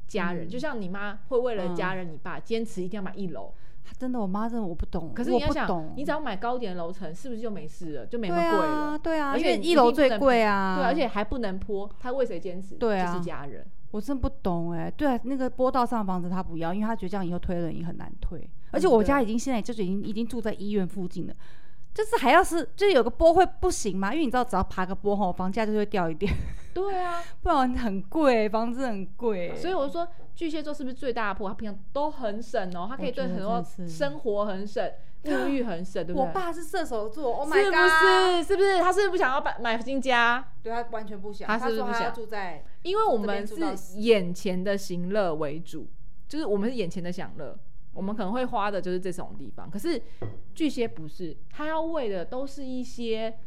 Speaker 2: 家人，
Speaker 1: 嗯
Speaker 2: 就像你妈会为了家人，你爸坚持一定要买一楼，
Speaker 1: 真的我妈真的我不懂，
Speaker 2: 可是
Speaker 1: 我
Speaker 2: 你要
Speaker 1: 不
Speaker 2: 想
Speaker 1: 懂，，
Speaker 2: 你只要买高点楼层，是不是就没事了，就没那
Speaker 1: 对
Speaker 2: 么贵了？
Speaker 1: 啊对啊，
Speaker 2: 而
Speaker 1: 因
Speaker 2: 且
Speaker 1: 为
Speaker 2: 你
Speaker 1: 一
Speaker 2: 一
Speaker 1: 楼
Speaker 2: 定不
Speaker 1: 最
Speaker 2: 能
Speaker 1: 贵啊，
Speaker 2: 对，而且还不能泼，他为谁坚持？
Speaker 1: 对啊
Speaker 2: 就是家人。
Speaker 1: 我真不懂哎、对啊，那个坡道上的房子他不要，因为他觉得这样以后推轮椅很难推，而且
Speaker 2: 嗯
Speaker 1: 我
Speaker 2: 对
Speaker 1: 家已经现在就是已经已经住在医院附近了。就是还要是，就是有个坡会不行吗？因为你知道，只要爬个坡吼，房价就会掉一点，
Speaker 2: 对啊，
Speaker 1: 不然很贵，房子很贵。
Speaker 2: 所以我就说巨蟹座是不是最大的破？他平常都很省哦，他可以
Speaker 1: 我觉
Speaker 2: 对
Speaker 1: 得
Speaker 2: 很多
Speaker 1: 真的是
Speaker 2: 生活很省，物欲很省，对不
Speaker 1: 我
Speaker 2: 对？
Speaker 1: 爸是射手座，Oh
Speaker 2: 是
Speaker 1: my god，
Speaker 2: 不是？是不是？他是不是不想要买买新家？
Speaker 1: 对他完全不想，
Speaker 2: 他是不是
Speaker 1: 说
Speaker 2: 不
Speaker 1: 他要
Speaker 2: 想
Speaker 1: 住在
Speaker 2: 因为我
Speaker 1: 这边
Speaker 2: 们
Speaker 1: 住到
Speaker 2: 是眼前的行乐为主，就是我们是眼前的享乐，我们可能会花的就是这种地方。可是巨蟹不是，他要为的都是一些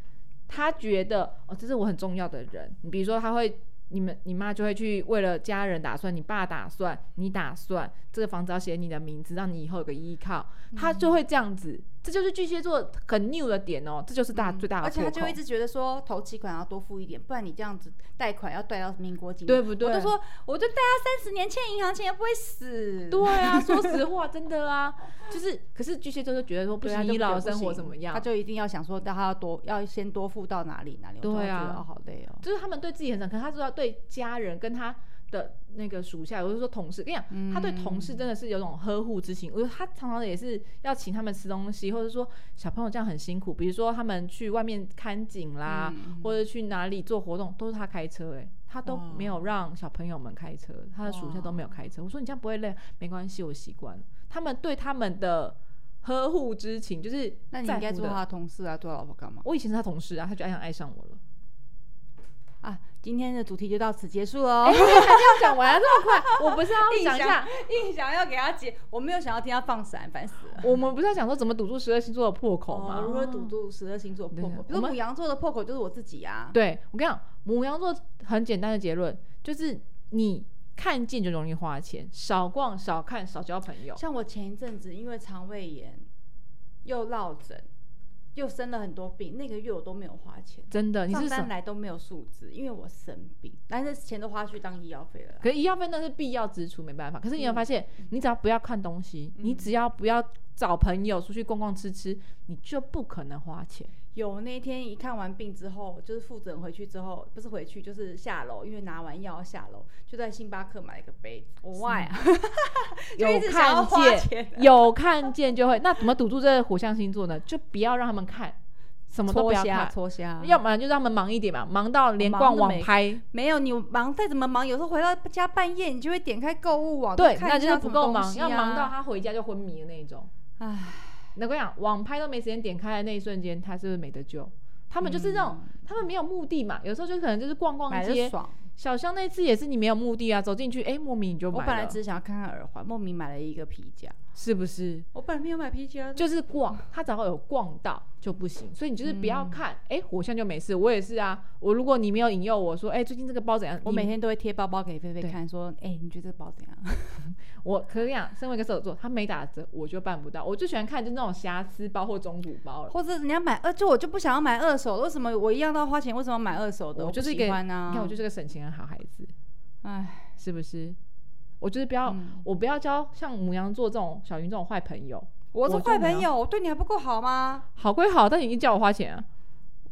Speaker 2: 他觉得哦，这是我很重要的人。你比如说，他会。你们你妈就会去为了家人打算，你爸打算，你打算这个房子要写你的名字，让你以后有个依靠，他就会这样子，这就是巨蟹座很 new 的点哦，这就是大、最
Speaker 1: 嗯
Speaker 2: 大的
Speaker 3: 嗯而且他
Speaker 2: 破
Speaker 3: 就
Speaker 2: 口
Speaker 3: 一直觉得说，头期款要多付一点，不然你这样子贷款要贷到民国几年？
Speaker 2: 对不对？
Speaker 3: 我就说，我就贷他三十年，欠银行钱又不会死。
Speaker 2: 对 啊，说实话，真的啊，就是，可是巨蟹座就觉得说，不
Speaker 1: 对他啊
Speaker 2: 行，
Speaker 1: 就
Speaker 2: 你
Speaker 1: 不觉
Speaker 2: 老
Speaker 1: 得不
Speaker 2: 生活
Speaker 1: 行
Speaker 2: 怎么样
Speaker 1: 他？就一定要想说，他要多要先多付到哪里哪里，我就
Speaker 2: 对
Speaker 1: 会觉
Speaker 2: 啊
Speaker 1: 得哦好累哦。
Speaker 2: 就是他们对自己很省，可是他知道对家人跟他的那个属下，我就说同事，跟你
Speaker 1: 嗯
Speaker 2: 讲，他对同事真的是有种呵护之情。我觉得他常常也是要请他们吃东西，或者说小朋友这样很辛苦，比如说他们去外面看景
Speaker 1: 嗯
Speaker 2: 啦，或者去哪里做活动，都是他开车、欸，他都没有让小朋友们开车，他的属下都没有开车。我说你这样不会累，没关系，我习惯了。他们对他们的。呵护之情就是，
Speaker 1: 那你应该做他的同事啊，做他老婆干嘛
Speaker 2: 我以前是他同事啊，他就爱上爱上 我了。
Speaker 1: 啊？今天的主题就到此结束喽。
Speaker 2: 要讲完了这么快，我不是要哎讲一下，
Speaker 1: 硬想要给他解，我没有想要听他放闪，烦死了。
Speaker 2: 我们不是要讲说怎么堵住十二星座的破口吗？
Speaker 1: 哦，如何堵住十二星座破
Speaker 2: 对
Speaker 1: 口？比
Speaker 2: 啊我
Speaker 1: 如
Speaker 2: 们
Speaker 1: 母羊座的破口就是我自己啊。
Speaker 2: 对我跟你讲，母羊座很简单的结论就是你看见就容易花钱，少逛、少看、少交朋友。
Speaker 1: 像我前一阵子因为肠胃炎，又落枕，又生了很多病，那个月我都没有花钱，
Speaker 2: 真的，你
Speaker 1: 上
Speaker 2: 是什
Speaker 1: 班？来都没有数字，因为我生病，但是钱都花去当医药费了啦。
Speaker 2: 可是医药费那是必要支出，没办法。可是你有
Speaker 3: 嗯
Speaker 2: 没有发现，你只要不要看东西，你只要不要找朋友出去逛逛吃吃，你就不可能花 钱。
Speaker 1: 有那天一看完病之后，就是复诊回去之后，不是回去就是下楼，因为拿完药要下楼，就在星巴克买了个杯子。我 why 啊？ 就一
Speaker 2: 嗯有
Speaker 1: 直想要
Speaker 2: 看
Speaker 1: 花
Speaker 2: 见，
Speaker 1: 钱
Speaker 2: 有看见就会。那怎么堵住这个火象星座呢？就不要让他们看，什么都不要看，
Speaker 1: 搓瞎
Speaker 2: 要不然就让他们忙一点嘛，忙到连逛网拍，
Speaker 3: 没有你忙再怎么忙，有时候回到家半夜，你就会点开购物网，
Speaker 2: 对，
Speaker 3: 哦看
Speaker 2: 那
Speaker 3: 一
Speaker 2: 就
Speaker 3: 下
Speaker 2: 是
Speaker 3: 什
Speaker 2: 不
Speaker 3: 么
Speaker 2: 够
Speaker 3: 东
Speaker 2: 忙，
Speaker 3: 西
Speaker 2: 要忙
Speaker 3: 啊
Speaker 2: 到他回家就昏迷的那一种。
Speaker 1: 唉，
Speaker 2: 那我跟你讲，网拍都没时间点开的那一瞬间，他是不是没得救？他们就是那种，
Speaker 3: 嗯
Speaker 2: 他们没有目的嘛，有时候就可能就是逛逛
Speaker 1: 买
Speaker 2: 街
Speaker 1: 的。爽。
Speaker 2: 小香那次也是你没有目的啊，走进去，哎、莫名你就
Speaker 1: 我
Speaker 2: 买
Speaker 1: 本来
Speaker 2: 了
Speaker 1: 只，是想要看看耳环，莫名买了一个皮夹。
Speaker 2: 是不是？
Speaker 1: 我本来没有买皮夹，
Speaker 2: 就是逛，他只要有逛到就不行，所以你就是不要
Speaker 1: 嗯
Speaker 2: 看，哎、我现在就没事，我也是啊，我如果你没有引诱我说，哎、最近这个包怎样？
Speaker 1: 我
Speaker 2: 你
Speaker 1: 每天都会贴包包给菲菲
Speaker 2: 嗯对
Speaker 1: 看，说：“哎、你觉得这个包怎样
Speaker 2: 我可以讲，身为一个射手座，他没打折我就办不到，我就喜欢看就那种瑕疵包或中古包？”了。
Speaker 1: 或者人家买呃二，就我就不想要买二手的，为什么我一样都要花钱？为什么买二手的？
Speaker 2: 我
Speaker 1: 我
Speaker 2: 就是
Speaker 1: 不
Speaker 2: 一个
Speaker 1: 喜欢啊！
Speaker 2: 你看我就是个省钱的好孩子，
Speaker 1: 哎，
Speaker 2: 是不是？我就是不要，
Speaker 1: 嗯
Speaker 2: 我不要交像母羊座这种小云这种坏朋友。
Speaker 1: 我是
Speaker 2: 我就
Speaker 1: 坏
Speaker 2: 没
Speaker 1: 朋友，我对你还不够好吗？
Speaker 2: 好归好，但你已经叫我花钱啊。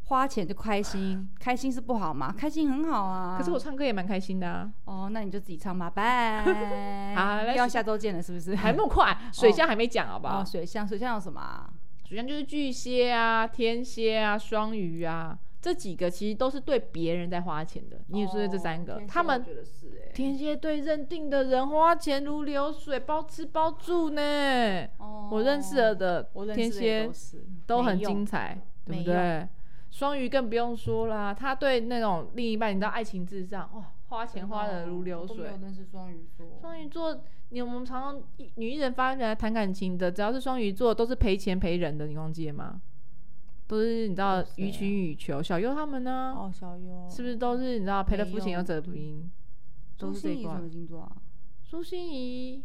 Speaker 1: 花钱就开心，开心是不好吗？开心很好啊。
Speaker 2: 可是我唱歌也蛮开心的啊，。
Speaker 1: 哦，那你就自己唱吧，拜
Speaker 2: 好来
Speaker 1: 又要下周见了，是不是？
Speaker 2: 还那么快，水象还没讲好不好？
Speaker 1: 哦，水象，水象有什么、啊？
Speaker 2: 水象就是巨蟹啊、天蝎啊、双鱼啊这几个，其实都是对别人在花钱的。你也说的这三
Speaker 1: 哦
Speaker 2: 个，
Speaker 1: 啊
Speaker 2: 他们
Speaker 1: 觉得是哎、
Speaker 2: 天蝎对认定的人花钱如流水，包吃包住呢。
Speaker 1: 哦
Speaker 2: 我认识了，的
Speaker 1: 我认识
Speaker 2: 天
Speaker 1: 的也都
Speaker 2: 蝎
Speaker 1: 是
Speaker 2: 都很
Speaker 1: 没用
Speaker 2: 精彩，对不
Speaker 1: 没
Speaker 2: 对？双鱼更不用说啦，他对那种另一半，你知道爱情至上，哇、花钱花的如
Speaker 1: 哦
Speaker 2: 流水。
Speaker 1: 认识双鱼座
Speaker 2: 双鱼座，你我们常常一女艺人发来谈感情的，只要是双鱼座都是赔钱赔人的，你忘记了吗？都是你知道
Speaker 1: 有谁啊
Speaker 2: 予取予求，小优他们呢、
Speaker 1: 哦，小优
Speaker 2: 是不是都是你知道赔了夫
Speaker 1: 没
Speaker 2: 情
Speaker 1: 有
Speaker 2: 又折不赢？都
Speaker 1: 朱
Speaker 2: 是这
Speaker 1: 心
Speaker 2: 一
Speaker 1: 怡什
Speaker 2: 关
Speaker 1: 么。星座啊？
Speaker 2: 苏欣怡，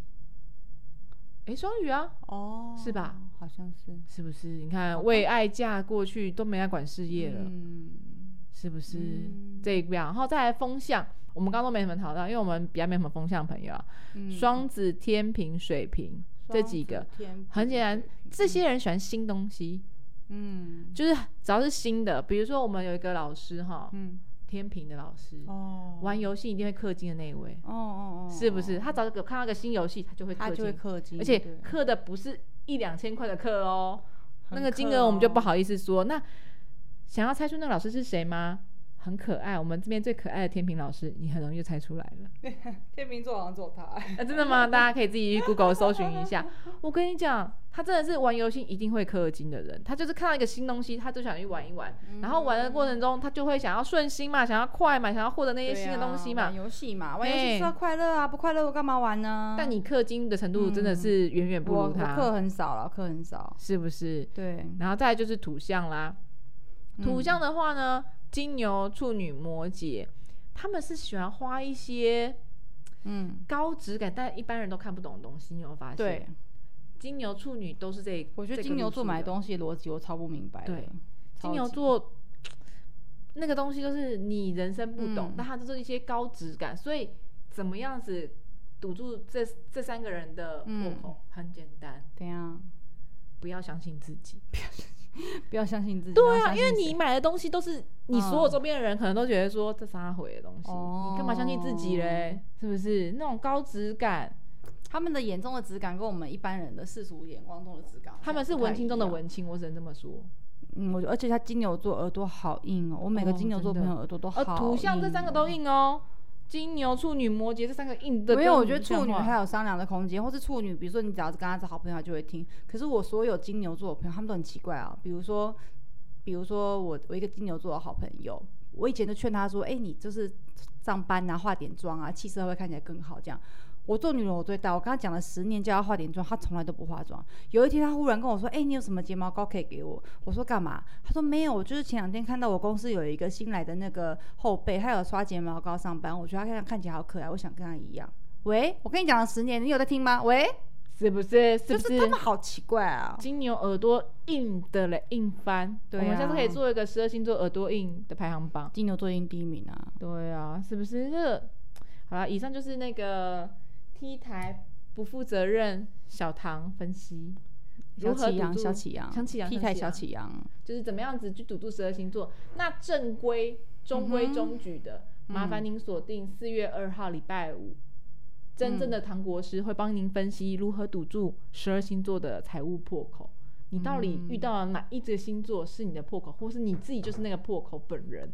Speaker 2: 诶，双鱼啊，
Speaker 1: 哦，
Speaker 2: 是吧？
Speaker 1: 好像是
Speaker 2: 是不是？你看为爱嫁过去都没来管事业了，
Speaker 1: 嗯，
Speaker 2: 是不是？
Speaker 1: 嗯
Speaker 2: 这一样，然后再来风向，我们刚刚都没什么讨论，因为我们比较没什么风向朋友啊。
Speaker 1: 嗯
Speaker 2: 双子、天平、水瓶这几个，，很简单，这些人喜欢新东西，
Speaker 1: 嗯
Speaker 2: 就是只要是新的，比如说我们有一个老师哈，
Speaker 1: 嗯
Speaker 2: 天平的老师，
Speaker 1: 哦，
Speaker 2: 玩游戏一定会氪金的那一位，
Speaker 1: 哦哦哦，哦
Speaker 2: 是不是？他只要有看到一个新游戏，他就会
Speaker 1: 他
Speaker 2: 氪
Speaker 1: 就会
Speaker 2: 金，
Speaker 1: 氪金，
Speaker 2: 而且
Speaker 1: 对
Speaker 2: 氪的不是一两千块的氪哦，那
Speaker 1: 很
Speaker 2: 个金
Speaker 1: 氪
Speaker 2: 额我们就
Speaker 1: 哦
Speaker 2: 不好意思说。那想要猜出那个老师是谁吗？很可爱，我们这边最可爱的天平老师，你很容易就猜出来了。
Speaker 1: 天秤座好像做他，
Speaker 2: 啊，真的吗？大家可以自己去 Google 搜寻一下。我跟你讲，他真的是玩游戏一定会氪金的人，他就是看到一个新东西，他就想去玩一玩，
Speaker 1: 嗯
Speaker 2: 然后玩的过程中，他就会想要顺心嘛，想要快嘛，想要获得那些
Speaker 1: 对
Speaker 2: 新的
Speaker 1: 啊
Speaker 2: 东西嘛。
Speaker 1: 玩游戏嘛，玩游戏
Speaker 2: 嘿
Speaker 1: 是要快乐啊，不快乐我干嘛玩呢？
Speaker 2: 但你氪金的程度真的是远远
Speaker 1: 啊
Speaker 2: 不
Speaker 1: 嗯我我
Speaker 2: 如他，
Speaker 1: 氪很少了，氪很少，
Speaker 2: 是不是？
Speaker 1: 对，
Speaker 2: 然后再来就是土象啦，
Speaker 1: 嗯
Speaker 2: 土象的话呢，金牛、处女、摩羯，他们是喜欢花一些
Speaker 1: 嗯，
Speaker 2: 高质感，但一般人都看不懂的东西，你有没有发现？
Speaker 1: 对，，
Speaker 2: 金牛、处女都是这一，
Speaker 1: 我觉得
Speaker 2: 这个
Speaker 1: 金牛
Speaker 2: 路数
Speaker 1: 座买
Speaker 2: 的
Speaker 1: 东西的逻辑我超不明白的，
Speaker 2: 对
Speaker 1: 超
Speaker 2: 金牛
Speaker 1: 级
Speaker 2: 座那个东西就是你人生不懂，
Speaker 1: 嗯
Speaker 2: 但它就是一些高质感，所以怎么样子堵住这这三个人的破口、很简单，
Speaker 1: 怎样？
Speaker 2: 不要相信自己。
Speaker 1: 不要相信自己。
Speaker 2: 对
Speaker 1: 要
Speaker 2: 啊，
Speaker 1: 相信
Speaker 2: 因为
Speaker 1: 谁
Speaker 2: 你买的东西都是你所有周边的人可能都觉得说这啥毁的东西，
Speaker 1: 哦
Speaker 2: 你干嘛相信自己嘞？是不是那种高质感？
Speaker 1: 他们的眼中的质感跟我们一般人的世俗眼光中的质感，
Speaker 2: 他们是文青中的。文青，我只能这么说。
Speaker 1: 嗯，我觉得而且他金牛座耳朵好硬哦，我每个
Speaker 2: 哦
Speaker 1: 金牛座
Speaker 2: 真的
Speaker 1: 朋友耳朵都好
Speaker 2: 而
Speaker 1: 硬、哦。
Speaker 2: 土象这三个都。硬哦，金牛、处女、摩羯这三个硬的。
Speaker 1: 因为我觉得处女还有商量的空间，或是处女，比如说你只要是跟他是好朋友，他就会听。可是我所有金牛座的朋友，他们都很奇怪啊。比如说，比如说我我一个金牛座的好朋友，我以前就劝他说：“哎、你就是上班啊，化点妆啊，气色会看起来更好。”这样，我做女人我最大，我跟他讲了十年叫他化点妆，他从来都不化妆。有一天他忽然跟我说：“哎、你有什么睫毛膏可以给我？”我说：“干嘛？”他说：“没有，我就是前两天看到我公司有一个新来的那个后辈，他有刷睫毛膏上班，我觉得他看看起来好可爱，我想跟他一样。”喂，我跟你讲了十年，你有在听吗？喂，
Speaker 2: 是不是？
Speaker 1: 就
Speaker 2: 是不
Speaker 1: 是他们好奇怪啊。
Speaker 2: 金牛耳朵硬的嘞，硬翻。
Speaker 1: 对
Speaker 2: 我们下次
Speaker 1: 啊
Speaker 2: 可以做一个十二星座耳朵硬的排行榜。
Speaker 1: 金牛座已经第一名啊，
Speaker 2: 对啊，是不是？这个好了，以上就是那个 T 台不负责任小唐分析，如
Speaker 1: 小
Speaker 2: 何
Speaker 1: 启
Speaker 2: 堵
Speaker 1: 阳，
Speaker 2: 住
Speaker 1: 小启阳，
Speaker 2: 小启阳
Speaker 1: 替
Speaker 2: 小
Speaker 1: 代
Speaker 2: 启
Speaker 1: 小
Speaker 2: 阳
Speaker 1: 启阳，
Speaker 2: 就是怎么样子去堵住十二星座。那正规、中规中矩的，麻烦您锁定四月二号礼拜五。真正的唐国师会帮您分析如何堵住十二星座的财务破口。你到底遇到了哪一个星座是你的破口，或是你自己就是那个破口本人？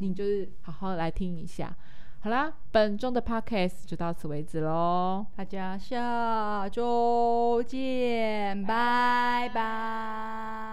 Speaker 2: 你就是好好地来听一下。好啦，本周的 podcast 就到此为止喽，
Speaker 1: 大家下周见，拜拜。